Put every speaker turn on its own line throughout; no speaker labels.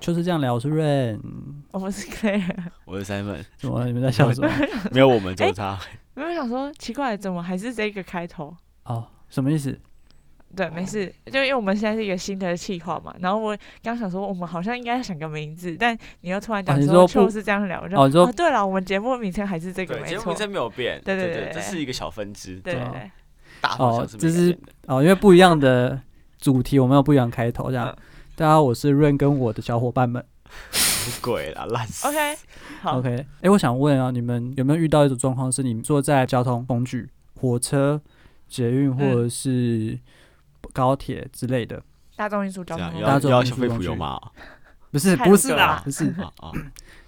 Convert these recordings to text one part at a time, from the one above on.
就是这样聊，我是 Rain，
我们是 Claire，
我是 Simon，
怎么你们在笑什么？
没有我们
哎
就是他。
没有想说奇怪，怎么还是这个开头？
哦，什么意思？
对，
哦
没事，就因为我们现在是一个新的企划嘛，然后我刚想说我们好像应该想个名字，但你又突然
哦
讲
你说不
就是这样聊，我就
哦你说
啊对了，我们节目名称还是这个
对，
没
节目
错，
名
对
称没有变，
对对
对
对
这是一个小分支，
对
对啊
对，
大方向
哦
是
这
没
是
有变的。
哦，因为不一样的主题，我们有不一样的开头，这样
嗯。
大家好，我是 Rain 跟我的小伙伴们。
鬼啦，烂死。
OK，好
OK，哎、诶我想问啊，你们有没有遇到一种状况，是你们坐在交通工具，火车、捷运或者是高铁之类的？
大众运输交
这
通
样
工
大
要
家
具，
做
要
民
消
俗
费
工
普油
具
嘛？哦
不是，
太
不
那
是
个
啦
啦，
不是，
哦哦，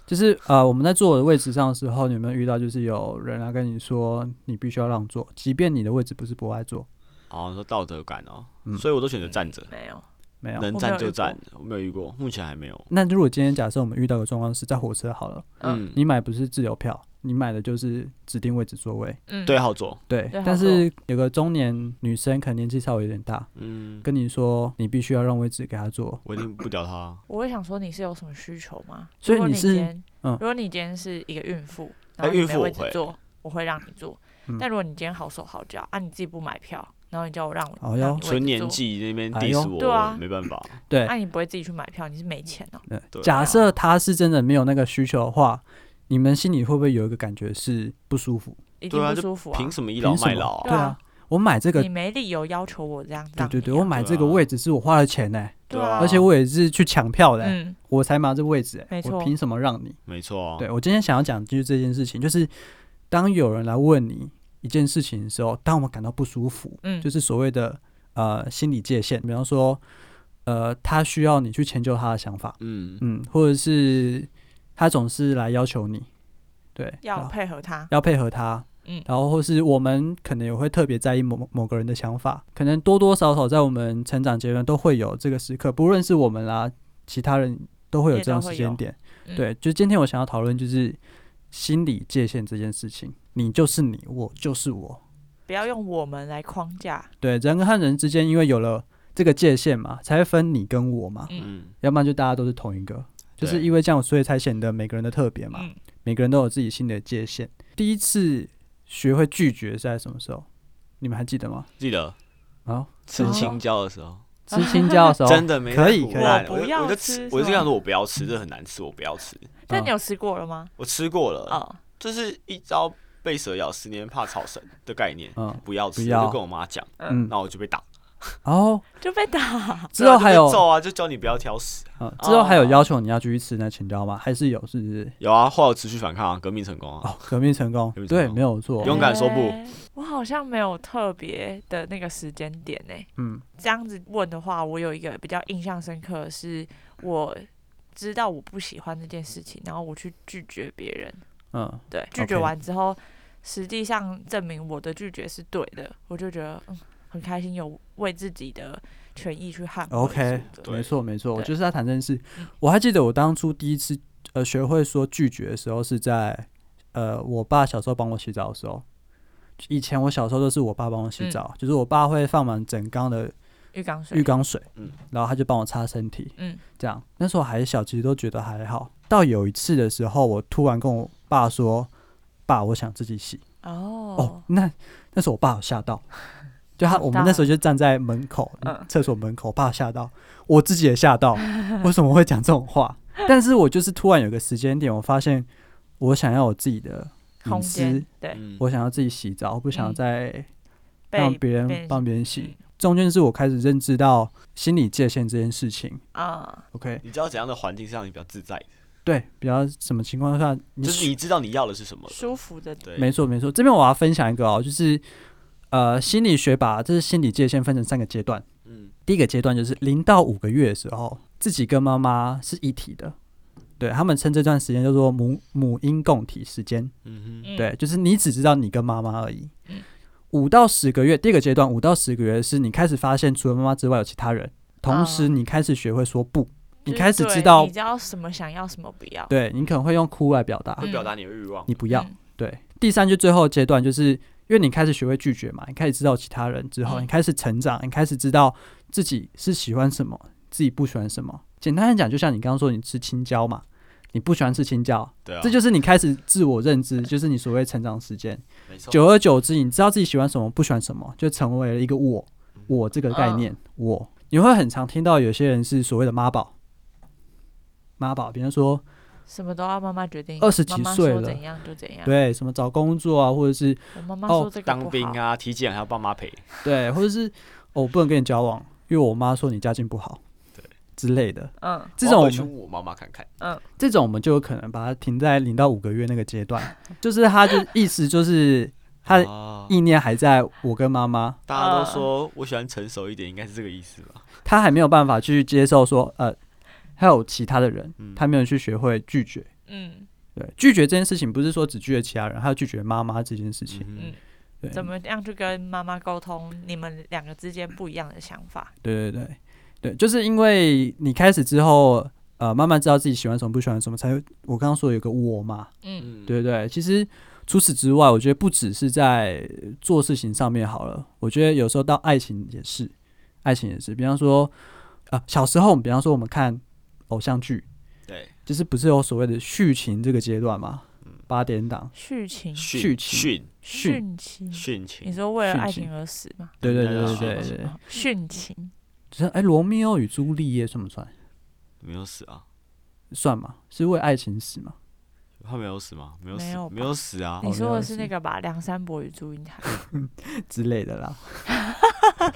就是呃，我们在坐的位置上的时候，你有没有遇到就是有人来跟你说你必须要让座，即便你的位置不是不爱坐？
哦，你说道德感哦
嗯，
所以我都选择站着，
没有，
没有。
能
我没
站
有遇
就
过
站，我没有遇过，目前还没有。
那如果今天假设我们遇到的状况是在火车好了，
嗯
嗯，
你买不是自由票，你买的就是指定位置座位，
嗯，
对，啊号坐，
对
对。
但
好
是有个中年女生，可能年纪稍微有点大，
嗯，
跟你说你必须要让位置给她坐，
我一定不屌他。
我会想说你是有什么需求吗？
所以
如果
你
你
是
今天
嗯
如果你今天是一个孕妇，然
哎
后你
孕
没
妇
位
我
置
会
坐，我会让你坐。
嗯
但如果你今天好手好脚啊，你自己不买票，然后你叫我让
哦
我
哟
让你位置
纯年
坐，
纪那边
哎
diss
呦
我，
对啊
我没办法。
对
那、，你不会自己去买票，你是没钱哦、
呃
对
假
啊
设他是真的没有那个需求的话，你们心里会不会有一个感觉是不舒服？
一定
对啊，
不
就
舒服啊！
凭什么倚老
凭什
卖
么？
老
对
啊？
啊，我买这个
你，没理由要求我这样
对
让你啊。
对对，我买这个
对啊
位置是我花了钱呢、欸
对
啊
啊，
而且我也是去抢票的欸、
嗯，
我才拿这位置、欸
没，
我
错
凭什么让你？
没
哦
错啊，
对我今天想要讲就是这件事情，就是当有人来问你一件事情的时候，当我们感到不舒服，
嗯
就是所谓的呃心理界限，比方说呃他需要你去迁就他的想法，
嗯，
嗯，或者是他总是来要求你，对，
要
然后
配合他。
要配合他，
嗯
然后或是我们可能也会特别在意某某个人的想法，可能多多少少在我们成长阶段都会有这个时刻，不论是我们啦，其他人都会有
也
这样
都会
时间
有
点。
嗯
对，就今天我想要讨论就是心理界限这件事情，你就是你，我就是我，
不要用我们来框架。
对，人和人之间因为有了这个界限嘛，才会分你跟我嘛，
嗯
嗯，
要不然就大家都是同一个，就是
对
因为这样，所以才显得每个人的特别嘛。
嗯，
每个人都有自己心里的界限。第一次学会拒绝是在什么时候？你们还记得吗？
记得
啊，
吃
哦
青椒的时候，
吃青椒的时候，
真的没
哦可以
在乎
可以
烂
我
我
不要
就我就
吃
吃，
是
我就跟他
吗
说我不要吃，这很难吃，我不要吃。
但你有吃过了吗？
我吃过
嗯
了，
哦，
就是一朝被蛇咬，十年怕草绳的概念，
嗯
不要吃，
不要
我就跟我妈讲，
嗯，
那我就被打。
然后
就被打。
之后
对啊就
还
被
有，
揍啊，就教你不要挑食。啊
嗯，之后还有
哦
要求你要继续吃那青椒吗？还是有，是不是？
有啊，后来我持续反抗啊，革命成功啊。
哦，革命成功
革，命成
对，
功
没有错，
勇敢说不
哎我好像没有特别的那个时间点呢、
嗯，
这样子问的话，我有一个比较印象深刻的是，我知道我不喜欢这件事情，然后我去拒绝别人。
嗯
对，拒绝完之后，实际上证明我的拒绝是对的，我就觉得嗯很开心，有为自己的权益去捍卫。
，OK，
对
没错没错，我
对
就是要谈这件事
嗯。
我还记得我当初第一次呃学会说拒绝的时候是在呃我爸小时候帮我洗澡的时候。以前我小时候都是我爸帮我洗
嗯
澡，就是我爸会放满整缸的
浴缸水，
浴缸水，
嗯
然后他就帮我擦身体，
嗯
这样。那时候还小，其实都觉得还好。到有一次的时候，我突然跟我爸说：“爸，我想自己洗。
哦
哦，那那时候我爸有吓到，就他
很大
我们那时候就站在门口，
嗯
厕所门口，我爸有吓到，我自己也吓到，为什么会讲这种话？但是我就是突然有个时间点，我发现我想要我自己的
空
隐私
间，对，
嗯，
我想要自己洗澡，我不想
嗯
再让别
被被
人
人
帮别人洗
嗯。
中间是我开始认知到心理界限这件事情。
啊
OK，
你知道怎样的环境是让你比较自在的，
对，比较什么情况下，你
就是你知道你要的是什么了。
舒服的，
对，
没错没错。这边我要分享一个哦，就是呃心理学把这是心理界限分成三个阶段。
嗯，
第一个阶段就是零到五个月的时候，自己跟妈妈是一体的，对他们称这段时间叫做母母婴共体时间。
嗯哼，
嗯
对，就是你只知道你跟妈妈而已
嗯。
五到十个月，第一个阶段，五到十个月是你开始发现除了妈妈之外有其他人，同时你开始学会说不，你
嗯就是
开始
对
知道
你，知道什么想要，什么不要，
对你可能会用哭来表达
会
嗯
表达你的欲望。
你不要。
嗯
对，第三就最后阶段，就是因为你开始学会拒绝嘛，你开始知道其他人之后，
嗯
你开始成长，你开始知道自己是喜欢什么，自己不喜欢什么，简单的讲，就像你刚刚说，你吃青椒嘛，你不喜欢吃青椒，
对啊，
这就是你开始自我认 知，就是你所谓成长时间。
没错。
久而久之，你知道自己喜欢什么，不喜欢什么，就成为了一个我，
嗯
我这个概
啊
念，我。你会很常听到有些人是所谓的妈宝，妈宝，比方说
什么都要妈妈决定。
20几
妈妈
岁
说
了
怎样就怎样。
对什么找工作啊，或者是
我妈妈
哦
说这个不
当兵
好，
啊，体检还要爸妈陪，
对，或者是哦，我不能跟你交往，因为我妈说你家境不好，
对
之类的。
嗯，
这种
我
我
要回去
们
问我妈妈看看。
这种我们就有可能把它停在零到五个月那个阶段，就是他就意思 就是他的
啊
意念还在我跟妈妈，
大家都
嗯
说我喜欢成熟一点，应该是这个意思吧？
他还没有办法去接受说呃还有其他的人，
嗯
他没有去学会拒绝。
嗯，
对，拒绝这件事情不是说只拒绝其他人，还有拒绝妈妈这件事情。
嗯
嗯
哼，
对，
怎么样去跟妈妈沟通你们两个之间不一样的想法？
对对对对，就是因为你开始之后，呃，慢慢知道自己喜欢什么，不喜欢什么，才会我刚刚说有个我嘛，
嗯
嗯，
对对对。其实除此之外，我觉得不只是在呃做事情上面好了，我觉得有时候到爱情也是，爱情也是，比方说，呃，小时候我们比方说我们看偶像剧，
对，
就是不是有所谓的殉情这个阶段嘛，八点档
殉情，
殉
殉
情
殉
殉，
殉情，
殉
你
情，
说为了
殉
爱
情啊
情而死吗？
对对对
那
对
叫
对
殉
对
情
对，
哦殉情，
就是哎，罗密欧与朱丽叶算不算？
没有死啊？
算嘛，是为爱情死嘛？
他没有死吗？没有
没有
死，
吧
没有死 啊！
你
哦
说
了
的是那
解
个吧？梁山伯与祝英台。
之类的啦。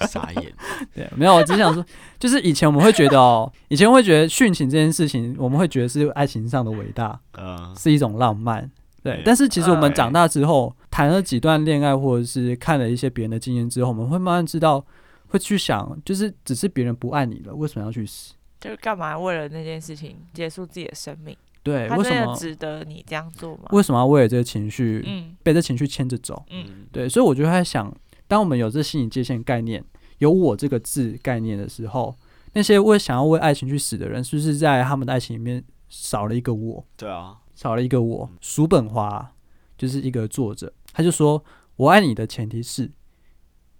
傻眼，
对，没有，我只想说，就是以前我们会觉得哦，以前会觉得殉情这件事情，我们会觉得是爱情上的伟大，
嗯，
是一种浪漫。对
对，
但是其实我们
哎
长大之后，谈了几段恋爱，或者是看了一些别人的经验之后，我们会慢慢知道，会去想，就是只是别人不爱你了，为什么要去死？
就是干嘛为了那件事情结束自己的生命？
对，
他
哎为
真
什
的
么
值得你这样做吗？
为什么要为了这个情绪，
嗯
被这情绪牵着走？
嗯
嗯，
对，所以我就在想，当我们有这心理界限概念，有我这个字概念的时候，那些为想要为爱情去死的人，是不是在他们的爱情里面少了一个我，
对啊，
少了一个我？叔本华就是一个作者，他就说：“我爱你的前提是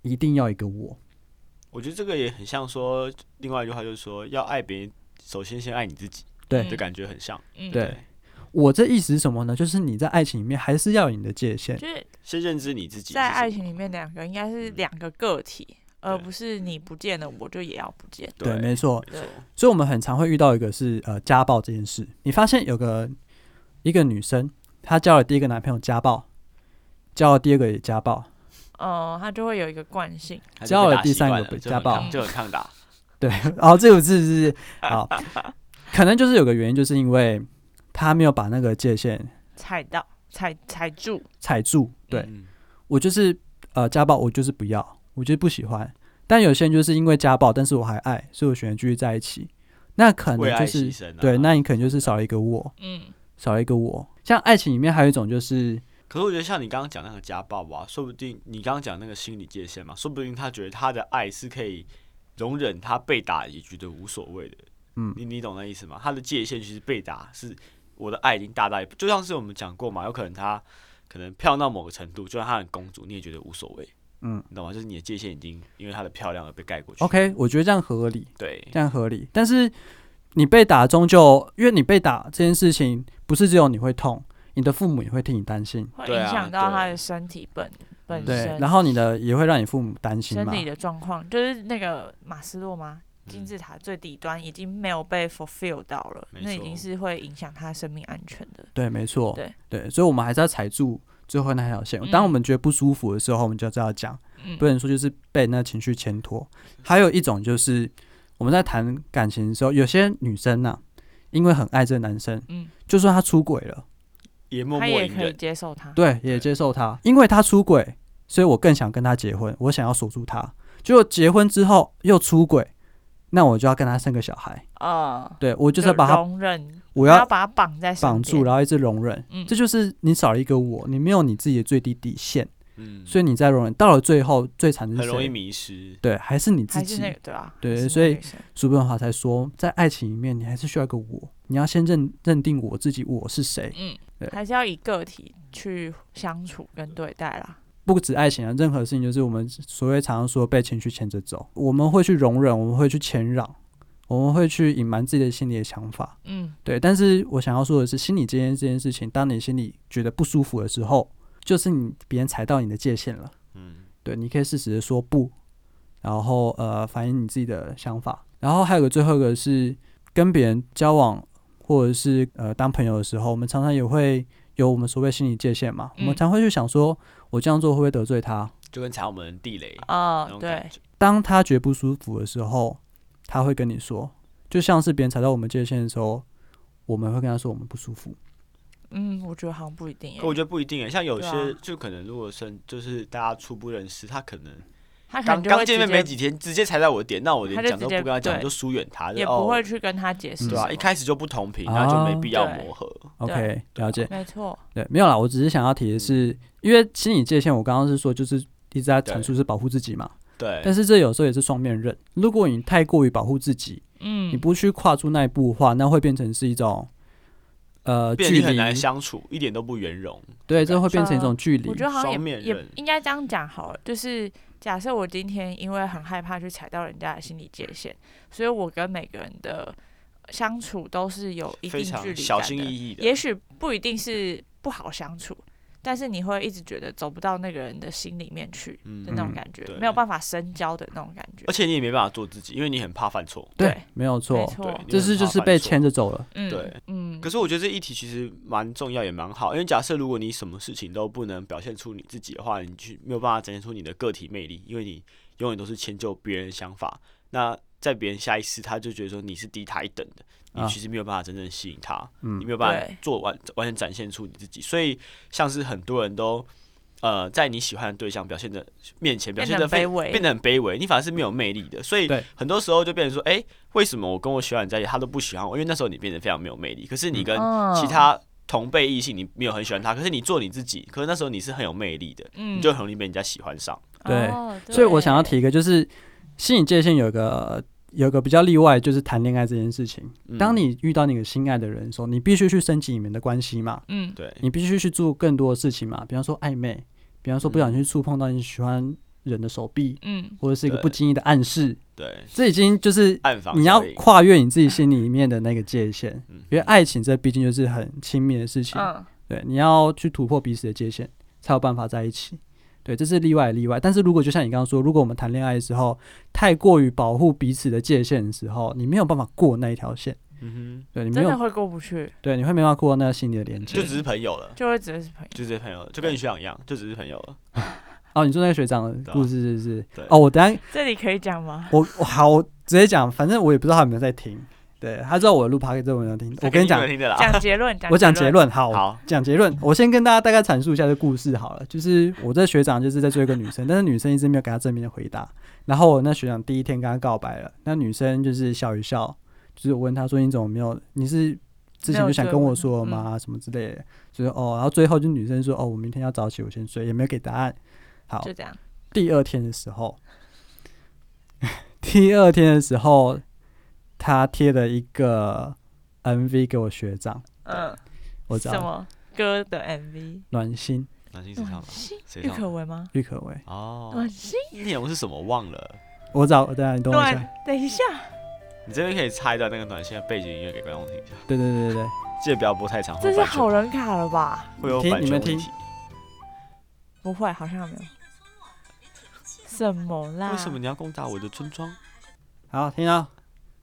一定要一个我。
我觉得这个也很像说，另外一句话就是说，要爱别人，首先先爱你自己，
对
就感觉很像。
嗯，
对我这意思是什么呢？就是你在爱情里面还是要有你的界限。
就是
先认知你自己是什么，
在爱情里面，两个人应该是
嗯
两个个体，而
对
不是你不见了，我就也要不见。
对，没错。
没错，
所以我们很常会遇到一个是呃家暴这件事。你发现有个一个女生，她交了第一个男朋友家暴，交了第二个也家暴，
嗯，他就会有一个惯性，
他就被
交了
打
第
习
三
惯
个
了
被
就
家
很
暴
抗就很抗打，
对，然哦后这个是是 是好，可能就是有个原因，就是因为她没有把那个界限
踩到踩踩住，
踩住。对
嗯，
我就是呃家暴，我就是不要，我就是不喜欢。但有些人就是因为家暴，但是我还爱，所以我选择继续在一起。那可
为
能
爱
就是
牺牲啊。
对，那你可能就是少了一个我，
嗯，
少了一个我。像爱情里面还有一种就是
可是我觉得像你刚刚讲那个家暴吧，说不定你刚刚讲那个心理界限嘛，说不定他觉得他的爱是可以容忍他被打也觉得无所谓的。
嗯
你你懂那意思吗？他的界限其实被打是我的爱已经大大，就像是我们讲过嘛，有可能他可能漂亮到某个程度，就算她很公主，你也觉得无所谓。
嗯，
你懂吗？就是你的界限已经因为她的漂亮而被盖过去。
OK，我觉得这样合理，
对，
这样合理。但是你被打，终究因为你被打这件事情，不是只有你会痛，你的父母也会替你担心，
会
对
影
啊
响到他
对嗯
的身体本本
对，
身
然后你的也会让你父母担心
身
嘛。
体的状况，就是那个马斯洛吗？
嗯
金字塔最底端已经没有被 fulfill 到了，
没
那已经
错
是会影响他生命安全的。
对，没错，
对
所以我们还是要踩住最后那条线。
嗯
当我们觉得不舒服的时候，我们就这样讲，
嗯
不能说就是被那情绪牵拖。还有一种就是我们在谈感情的时候，有些女生呐、因为很爱这个男生，
嗯，
就算他出轨了。
也默
他
默
也
隐
可以
忍。
接受他。
对，也接受他，因为他出轨，所以我更想跟他结婚，我想要锁住他。结果结婚之后又出轨，那我就要跟他生个小孩。
呃，
对我就是要
就
把他，
容忍，
我
不要
要
把他绑在身
绑住，
边。
然后一直容忍。
嗯
这就是你少了一个我，你没有你自己的最低底线，
嗯，
所以你在容忍。到了最后，最惨的
很
是
容易
谁？
迷失。
对，还是你自
还是
己。
那个对啊，
对
还是那个
所以
女生
叔本华才说，在爱情里面，你还是需要一个我，你要先认认定我自己，我是谁。
嗯
对
嗯还是要以个体去相处跟对待啦。
不止爱情啊，任何事情就是我们所谓常常说被情绪牵着走，我们会去容忍，我们会去谦让，我们会去隐瞒自己的心里的想法，
嗯，
对。但是我想要说的是，心理这件这件事情，当你心里觉得不舒服的时候，就是你别人踩到你的界限了。
嗯，
对，你可以适时的说不，然后呃反映你自己的想法。然后还有个最后一个是跟别人交往或者是呃当朋友的时候，我们常常也会有我们所谓心理界限嘛，我们
嗯
常会去想说，我这样做会不会得罪他？
就跟踩我们的地雷那
哦，
种
对
感，觉。
当他觉得不舒服的时候，他会跟你说，就像是别人踩到我们界限的时候，我们会跟他说我们不舒服。
嗯，我觉得好像不一定耶欸
可我觉得不一定欸诶，像有
对
些
啊
就可能如果生就是大家初步认识，他可能
他可
刚
能就
刚
会
见面
直接
没几天，直接踩到我的点，那我
他
连
就
讲
直
都不
接
跟他讲，
对
就疏远他，就
也
哦
不会嗯去跟他解释什么，
对啊，一开始就不同频，那就没必要
啊
磨合。
OK，了解。
没错，
对，没有啦，我只是想要提的是，因为心理界限，我刚刚是说就是一直在
对
阐述是保护自己嘛，
对，
但是这有时候也是双面刃。如果你太过于保护自己，
嗯，
你不去跨出那一步的话，那会变成是一种呃
变
距
得很
离，
难相处，一点都不圆融。
对，
感
这会变成一种距离
我。觉得好像
双
也
面
也
刃
应该这样讲好了，就是假设我今天因为很害怕去踩到人家的心理界限，所以我跟每个人的相处都是有一定
非
距
常
离
小
感
心
的
翼翼的，
也许不一定是不好相处，但是你会一直觉得走不到那个人的心里面去的那
嗯
种感觉，
对
没有办法深交的那种感觉
而。且你也没办法做自己，因为你很怕犯错。
对
对，
没有
没
错，
错，
对
这是就是被牵
牵。
着走了。
嗯，
对，
嗯
可，是我觉得这议题其实蛮重要，也蛮好。因为假设如果你什么事情都不能表现出你自己的话，你去没有办法展现出你的个体魅力，因为你永远都是迁就别人的想法。那在别人下意识，他就觉得说你是低他一等的，
啊
你其实没有办法真正吸引他，
嗯
你没有办法
对
做完完全展现出你自己。所以像是很多人都呃，在你喜欢的对象表现的面前表
变
现
得
的
很
非
卑微，
变得很卑微，你反而是没有魅力的。所以
对
很多时候就变成说，哎、为什么我跟我喜欢的在一起，他都不喜欢我？因为那时候你变得非常没有魅力。可是你跟
嗯
其他同辈异性，你没有很喜欢他，可是你做你自己，可是那时候你是很有魅力的，
嗯
你就很容易被人家喜欢上。
对
哦
所以我想要
对
提一个，就是心理界限有一个有一个比较例外，就是谈恋爱这件事情。
嗯
当你遇到你的心爱的人的时候，你必须去升级你们的关系嘛，
嗯，
对
你必须去做更多的事情嘛，比方说暧昧，比方说不小心去触碰到你喜欢人的手臂，
嗯，
或者是一个
对
不经意的暗示，
对，
这已经就是
暗访
你要
效应
跨越你自己心里面的那个界限，
嗯
因为爱情这毕竟就是很亲密的事情，
嗯，
对，你要去突破彼此的界限，才有办法在一起。对，这是例外的例外。但是如果就像你刚刚说，如果我们谈恋爱的时候太过于保护彼此的界限的时候，你没有办法过那一条线，
嗯
对你没
真的
有
会过不去，
对，你会没办法过那个心理的连
哼，就
接。
只是朋友了。
就会只是朋友。
就只是朋友了，就跟你学长一样，就只是朋友了。
哦，你说那个学长
对
的
啊
故事是不是？
对
哦，我等一下
这里可以讲吗？
我我好，我直接讲，反正我也不知道他有没有在听。对他知道我的录 p o d 有没有听，我跟你
这
讲
个，听得啦。
讲结论，
啊我讲结，论，好，
好，
讲结论，我先跟大家大概阐述一下这故事好了。就是我这学长就是在追一个女生，但是女生一直没有给他正面的回答。然后我那学长第一天跟他告白了，那女生就是笑一笑，就是我问他说你怎么没有，你是之前就想跟我说吗？
嗯
什么之类的，就是哦，然后最后就女生说哦，我明天要早起，我先睡，也没有给答案。好，
就这样。
第二天的时候， 第二天的时候，他贴了一个 MV 给我学长，
嗯，
我知
什
道，
么歌的 MV？
暖心
暖心谁唱
暖
的？
心，
谁
郁
唱
可
的？
唯吗？
郁可唯，
哦
暖，心，
内容是什么忘了？
我找，等一下你等我一下，
暖，等一下，
你这边可以插一段那个暖心的背景音乐给观众听一下，
对对对对对，
记得不要播太长，会
这
有
是
版权
好人卡了吧？
会有
听
版
你
权
们
问题
听。
不会，好像没有。什么啦？
为什么你要攻打我的村庄？
好，听到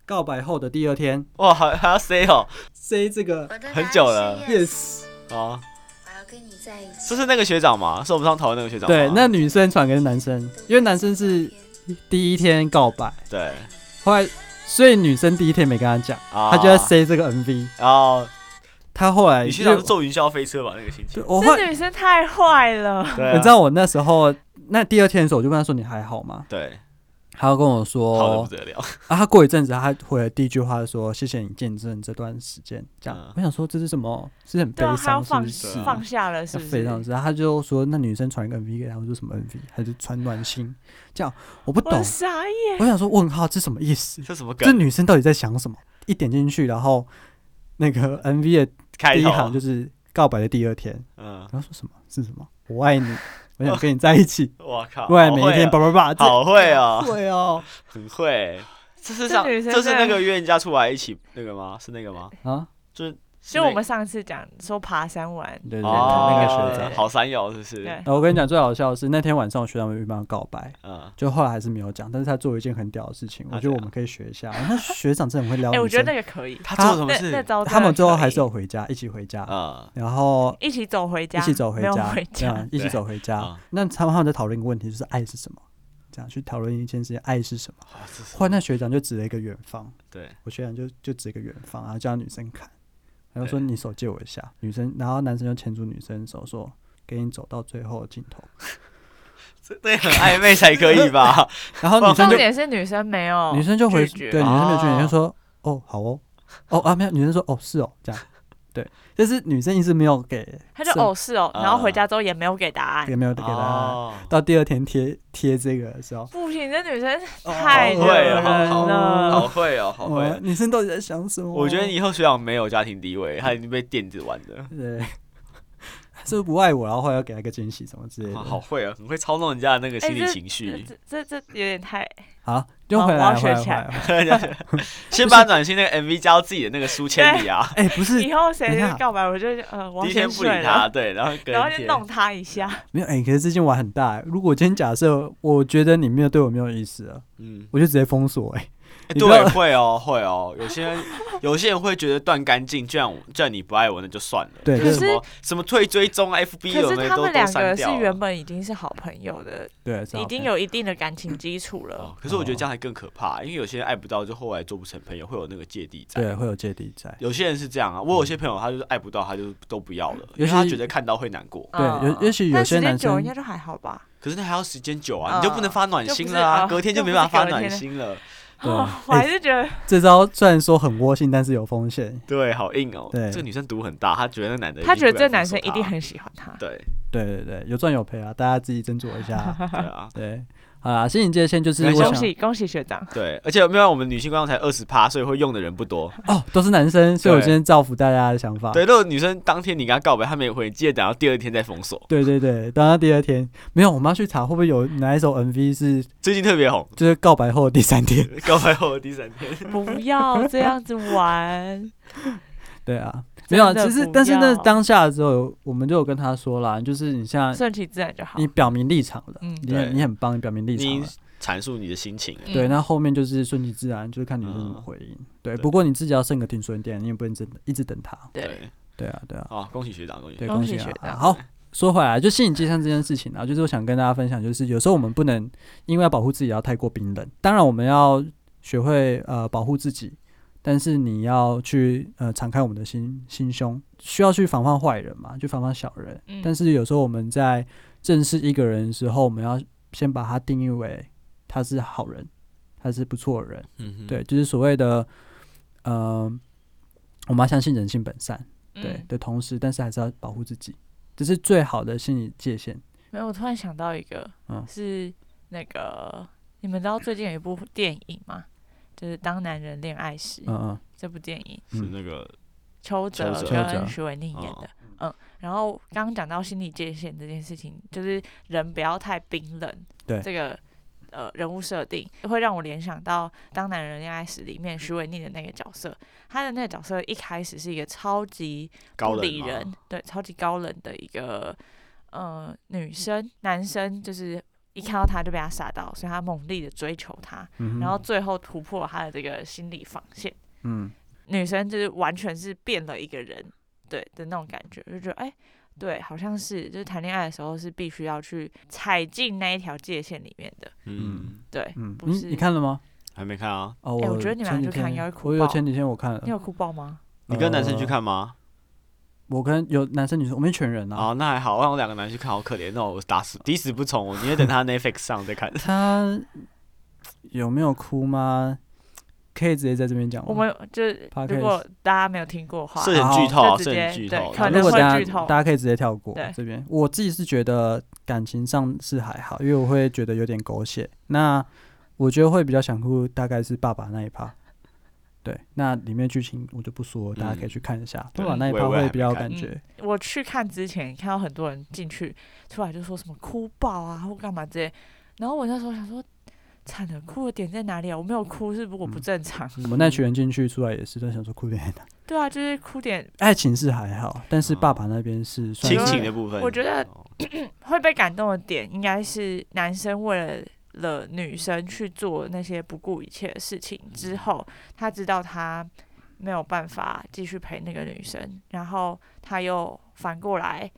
告白后的第二天
哇，还还要 say 哦，
，C 这个
我的答案
很久了
是 yes，
yes，
啊，
我要跟你在一起。
这是那个学长吗？是我们上讨论那个学长吗
对，那女生传给男生，因为男生是第一天告白，
对，
后来所以女生第一天没跟他讲，
啊
他就在 C 这个 MV，
然后
他后来
你学长
因为
是坐云霄飞车吧？那个心 情
对，我后来
这女生太坏了。
对啊，
你知道我那时候，那第二天的时候，我就问他说：“你还好吗
对，？”
他要跟我
好的
说
不，得了，
啊，他过一阵子，他回了第一句话说：“谢谢你见证这段时间。”这样，
嗯
我想说这是什么？是很悲
对啊，她
伤，
要
是
放
不是？
对啊
放下了，是
要
不
非
是？
常之，他就说那女生传一个 MV 给他，我说什么 MV？他就传暖心，这样我不懂
我，傻眼。
我想说问号这什么意思？
这什么
这
梗？
女生到底在想什么？一点进去，然后那个 MV 的
开
第一
头
行就是告白的第二天，
嗯，
然后说什么是什么？我爱你，我想 跟你在一起。
哦
我靠，
未来
好
每
会
一天，
啊
叭叭叭，这
好会哦，
对哦，
很会，这是
这
上
女生
这是
真
那
的
个约人家出来一起那个吗？是那个吗？
哎
啊，
就是是
就
那
我们上次讲说爬山玩，
对对对，哦
哦
那个
对
学
对
长
对。
好山友是不是？
对，
然后我跟你讲，最好笑的是那天晚上我学长没帮他告白，
嗯，
就后来还是没有讲，但是他做了一件很屌的事情，
他
我觉得
怎
我们可以学一下。那学长真的很会撩
啊哎，我
女
觉得
生
那，个可以。
他
他
做了什么
那那
事？
招真的
他们最后
哦可
还是
以
有回家，一起回家，
嗯
然后
一起走回家，
一起走回
没有
家
回，
这
家
样。一起
对
走回家
啊。
那他们他们在讨论一个问题，就是爱是什么？这样去讨论一件事情，爱是什么？
啊这是
后来那学长就指了一个远方，
对，
我学长就就指一个远方，然后叫女生看，然后
对
说你手借我一下，女生，然后男生就牵住女生的手说，给你走到最后的尽头，
这对很暧昧才可以 吧？
然后女生
重
就
点是女生没有，
女生就回
哦拒绝
对女生没有拒绝，
哦
就说哦好哦，哦啊没有，女生说哦是哦这样，对，但是女生一直没有给正，
他就哦是哦，然后回
嗯
家之后也没有给答案
也。没有给答案。
哦，
到第二天贴贴这个的时候，
不行，这女生
好
太惹
会哦，
人
好
了。
好会哦，好会
哇
哦。
女生到底在想什么？
我觉得以后学长没有家庭地位，他已经被电子玩的。
对， 是不是不爱我，然后后来要给她一个惊喜什么之类的。
哇好会啊，很会操弄人家的那个
哎
心理
这
情绪。
这这这有点太
好，就
好
回
我
来
要
回来
学
回
起来
来。回来
先把暖心那个 MV 加到自己的那个书签里啊，
哎，不 是
以后谁
等一
就
下
告白，我就呃，我要
第一天
先
不理
睡
他，
了，
对，然后隔
然后
一
就
天
弄他一下。
没有哎，可是这件玩很大。如果今天假设我觉得你没有对我没有意思了，
嗯，
我就直接封锁哎。
欸
你不要
对，会哦，会哦。有些人，有些人会觉得断干净，既然我既然你不爱我，那就算了。
对
就
可
是什
是
么什么退追踪啊 FB
可
有
是
没有
他
都
们
都
两个
删
是
掉啊
原
了。
本已经是好朋友的，
对，
已经有一定的感情基础
哦
了。
可是我觉得这样还更可怕，因为有些人爱不到，就后来做不成朋友，会有那个芥蒂在。
对啊会有芥蒂在。
有些人是这样啊，我有些朋友他就是爱不到，他就都不要了，
尤
因为
其
他觉得看到会难过。
对
嗯
有也许有
但
些
时间
男
久了应
生
该就还好吧。
可是那还要时间久啊，
嗯
你就不能发暖心了
就
啊，
不是
隔天就没办法发暖心了。
对
啊
哦我
哎
还是觉得
这招虽然说很窝心，但是有风险。
对，好硬哦。
对
这个女生毒很大，她觉得那男的一定不
他
敢
觉
分手她，
得这男生一定很喜欢他。
对
对对对，有赚有赔啊，大家自己斟酌一下。
对啊，
对，好啦，心理界限就是
没
我
关
恭
想
喜恭喜学长，
对，而且没有我们女性观众才二十趴，所以会用的人不多。
哦，都是男生，所以我
对
今天造福大家的想法。
对，如果女生当天你跟她告白，她没回，你记得等到第二天再封锁。
对对对，等到第二天没有，我们要去查会不会有哪一首 MV 是
最近特别红，
就是告白后的第三天。
告白后的第三天，
不要这样子玩。
对啊，没
真
有啊，
的
其实
不
但是那
要
当下的时候，我们就有跟他说啦，就是你像
顺其自然就好。
你表明立场了，
嗯
你很
对
你很棒，你表明立场
你
了。
阐述你的心情。啊
嗯
对，那后面就是顺其自然，就是看你是怎么
嗯
回应。对，
对
不过你自己要剩个停损点，你也不能真的一直等他。
嗯对，
对，
对啊，对啊，
好，哦恭喜学长，恭喜学
对，
长。
恭
恭喜
喜
学
啊！啊
长
好，说回来，就心理计算这件事情啊，就是我想跟大家分享，就是有时候我们不能因为要保护自己要太过冰冷，当然我们要学会呃保护自己，但是你要去呃敞开我们的心心胸，需要去防范坏人嘛，去防范小人。
嗯
但是有时候我们在正视一个人的时候，我们要先把他定义为他是好人，他是不错的人。
嗯哼，
对，就是所谓的，呃，我们要相信人性本善，
嗯
对、的同时，但是还是要保护自己，这是最好的心理界限。
没有，我突然想到一个，
嗯
是那个你们知道最近有一部电影吗？就是《当男人恋爱时》
嗯嗯，
这部电影，
是
嗯
那个
邱泽
邱泽
跟徐伟宁演的
哦。
嗯，然后刚刚讲到心理界限这件事情，就是人不要太冰冷。
对
这个呃人物设定，会让我联想到《当男人恋爱时》里面徐伟宁的那个角色，他的那个角色一开始是一个超级
高
不
冷
理
吗
人，对，超级高冷的一个呃女生，男生就是一看到她就被她吓到，所以他猛烈的追求她，
嗯哼
然后最后突破了她的这个心理防线。
嗯，
女生就是完全是变了一个人，对的那种感觉，就觉得哎、对，好像是就是谈恋爱的时候是必须要去踩进那一条界限里面的，
嗯，
对，
嗯，
不
你
是
你看了吗？
还没看啊？
哦，
哎我觉得你们
前
俩
几
去看
天
应该会哭
我有
爆
前几天我看了
你，有哭爆吗？
你跟男生去
呃
看吗？
我跟有男生女生，我们一群人啊。
啊，那还好，让我两个男生去看，好可怜哦，我打死抵死不从，我宁愿 等他 Netflix 上再看。
他有没有哭吗？可以直接在这边讲吗。
我们就是如
Podcast
果大家没有听过的 话，
涉嫌
好
剧透
就
啊，涉
直
嫌
接
剧
对
透啊。
可能
如果
会
大
剧透
家大家可以直接跳过
对
这边。我自己是觉得感情上是还好，因为我会觉得有点狗血。那我觉得会比较想哭，大概是爸爸那一趴。对，那里面剧情我就不说，
嗯
大家可以去看一下。
对
爸爸那一
我
趴
也我也还
会
没
比较有
看
感觉。
我去看之前看到很多人进去出来就说什么哭爆啊或干嘛之类，然后我那时候想说惨了，哭的点在哪里啊？我没有哭，是不是我不正常？
我
嗯
们那群人进去出来也是在想说哭点在哪。
对啊，就是哭点
爱情是还好，但是爸爸那边是算
嗯
是
亲情的部分，
我觉得
哦
会被感动的点，应该是男生为了了女生去做那些不顾一切的事情之后，他知道他没有办法继续陪那个女生，然后他又反过来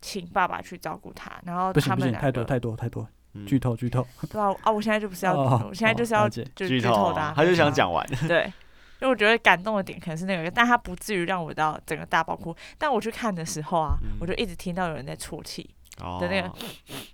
请爸爸去照顾她，然后
不行
哦他
不
们
行，
两
太多
个
太多太多
嗯
剧透剧透。
对啊啊！我现在就不是要，
哦
我现在就是要
哦了解
就
剧
剧
透
透的
啊
啊，
他就想
对啊
讲完，
对，因为我觉得感动的点可能是那个，但他不至于让我到整个大爆哭。但我去看的时候啊，
嗯
我就一直听到有人在啜泣
哦
的那个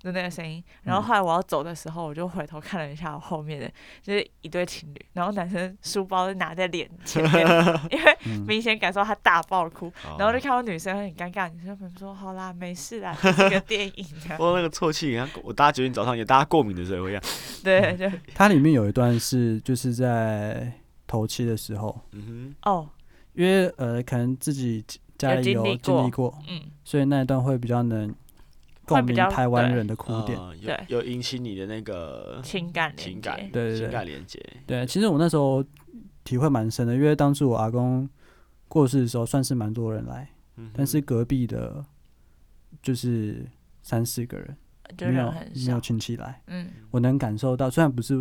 的那个声音。然
嗯
后后来我要走的时候，我就回头看了一下我后面的，就是一对情侣，然后男生书包是拿在脸前面， 因 为
嗯，
明显感受到他大爆哭。然后就
哦
看到女生很尴尬，女生们说：“好啦，没事啦，这是个电影啊。
我那个啜泣，然后我大家决定早上有大家过敏的时候会这样，”
对 对
它里面有一段是就是在头七的时候，
嗯
哦，
因为呃可能自己家里有
有经历过
经历过，
嗯，
所以那一段会比较能共鸣
较
台湾
对
人的
哼，
哭点。
呃
对
有有引起你的那个
情感连
情
接
感，
对对
情
对
感连接，
对，其实我那时候体会蛮深的，因为当初我阿公过世的时候，算是蛮多人来，
嗯哼
但是隔壁的，就是三四个人，
就
没有
人很
没有
少。
亲戚来，
嗯
我能感受到，虽然不是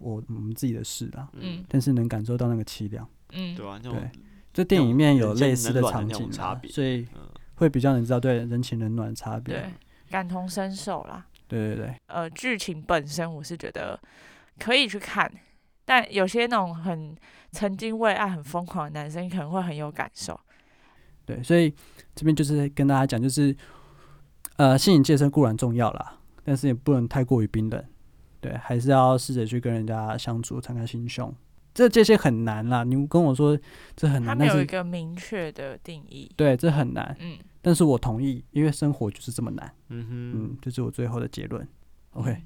我我们自己的事啦，
嗯
但是能感受到那个凄凉。
嗯，
对啊，那
对
种
这电影里面有类似
人间冷暖
场
的那
景
种
啊
差，别
所以
嗯
会比较能知道对人情冷暖的差别。
对，感同身受啦。
对对对，
呃，剧情本身我是觉得可以去看，但有些那种很曾经为爱很疯狂的男生可能会很有感受。
对，所以这边就是跟大家讲，就是呃，心理建设固然重要啦，但是也不能太过于冰冷，对，还是要试着去跟人家相处，敞开心胸。这界限很难啦，你跟我说这很
他
难，
没
但
有一
是
个明确的定义。
对，这很难，
嗯，
但是我同意，因为生活就是这么难。
嗯
嗯
哼，，
这是我最后的结论。OK，、
嗯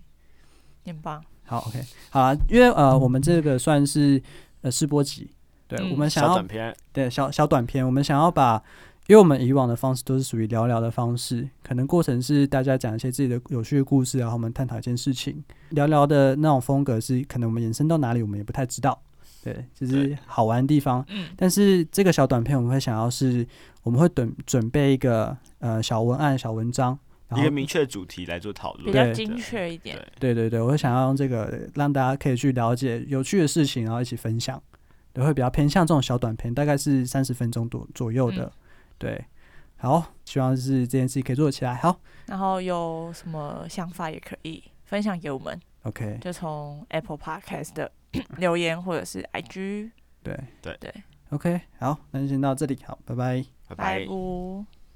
你很棒。
好，OK，好啊，因为呃，我们这个算是呃试播集，对、
嗯
我们想
小
要
短片，
对小小短片，我们想要把，因为我们以往的方式都是属于聊聊的方式，可能过程是大家讲一些自己的有趣的故事，然后我们探讨一件事情，聊聊的那种风格是可能我们延伸到哪里，我们也不太知道，对，就是
对
好玩的地方。
嗯
但是这个小短片我们会想要是，我们会准准备一个呃小文案、小文章，然
一
后
个明确的主题来做讨
比
论，
较
对
精
对
确一点。
对
对对对，我会想要用这个让大家可以去了解有趣的事情，然后一起分享，对，会比较偏向这种小短片，大概是三十分钟左左右的，
嗯
对。好，希望是这件事可以做起来。好
然后有什么想法也可以分享给我们，
，OK，
就从 Apple Podcast 的 留言或者是 IG。
对
对
对
，OK，好，那就先到这里，好，拜拜。
拜
拜
拜。
拜。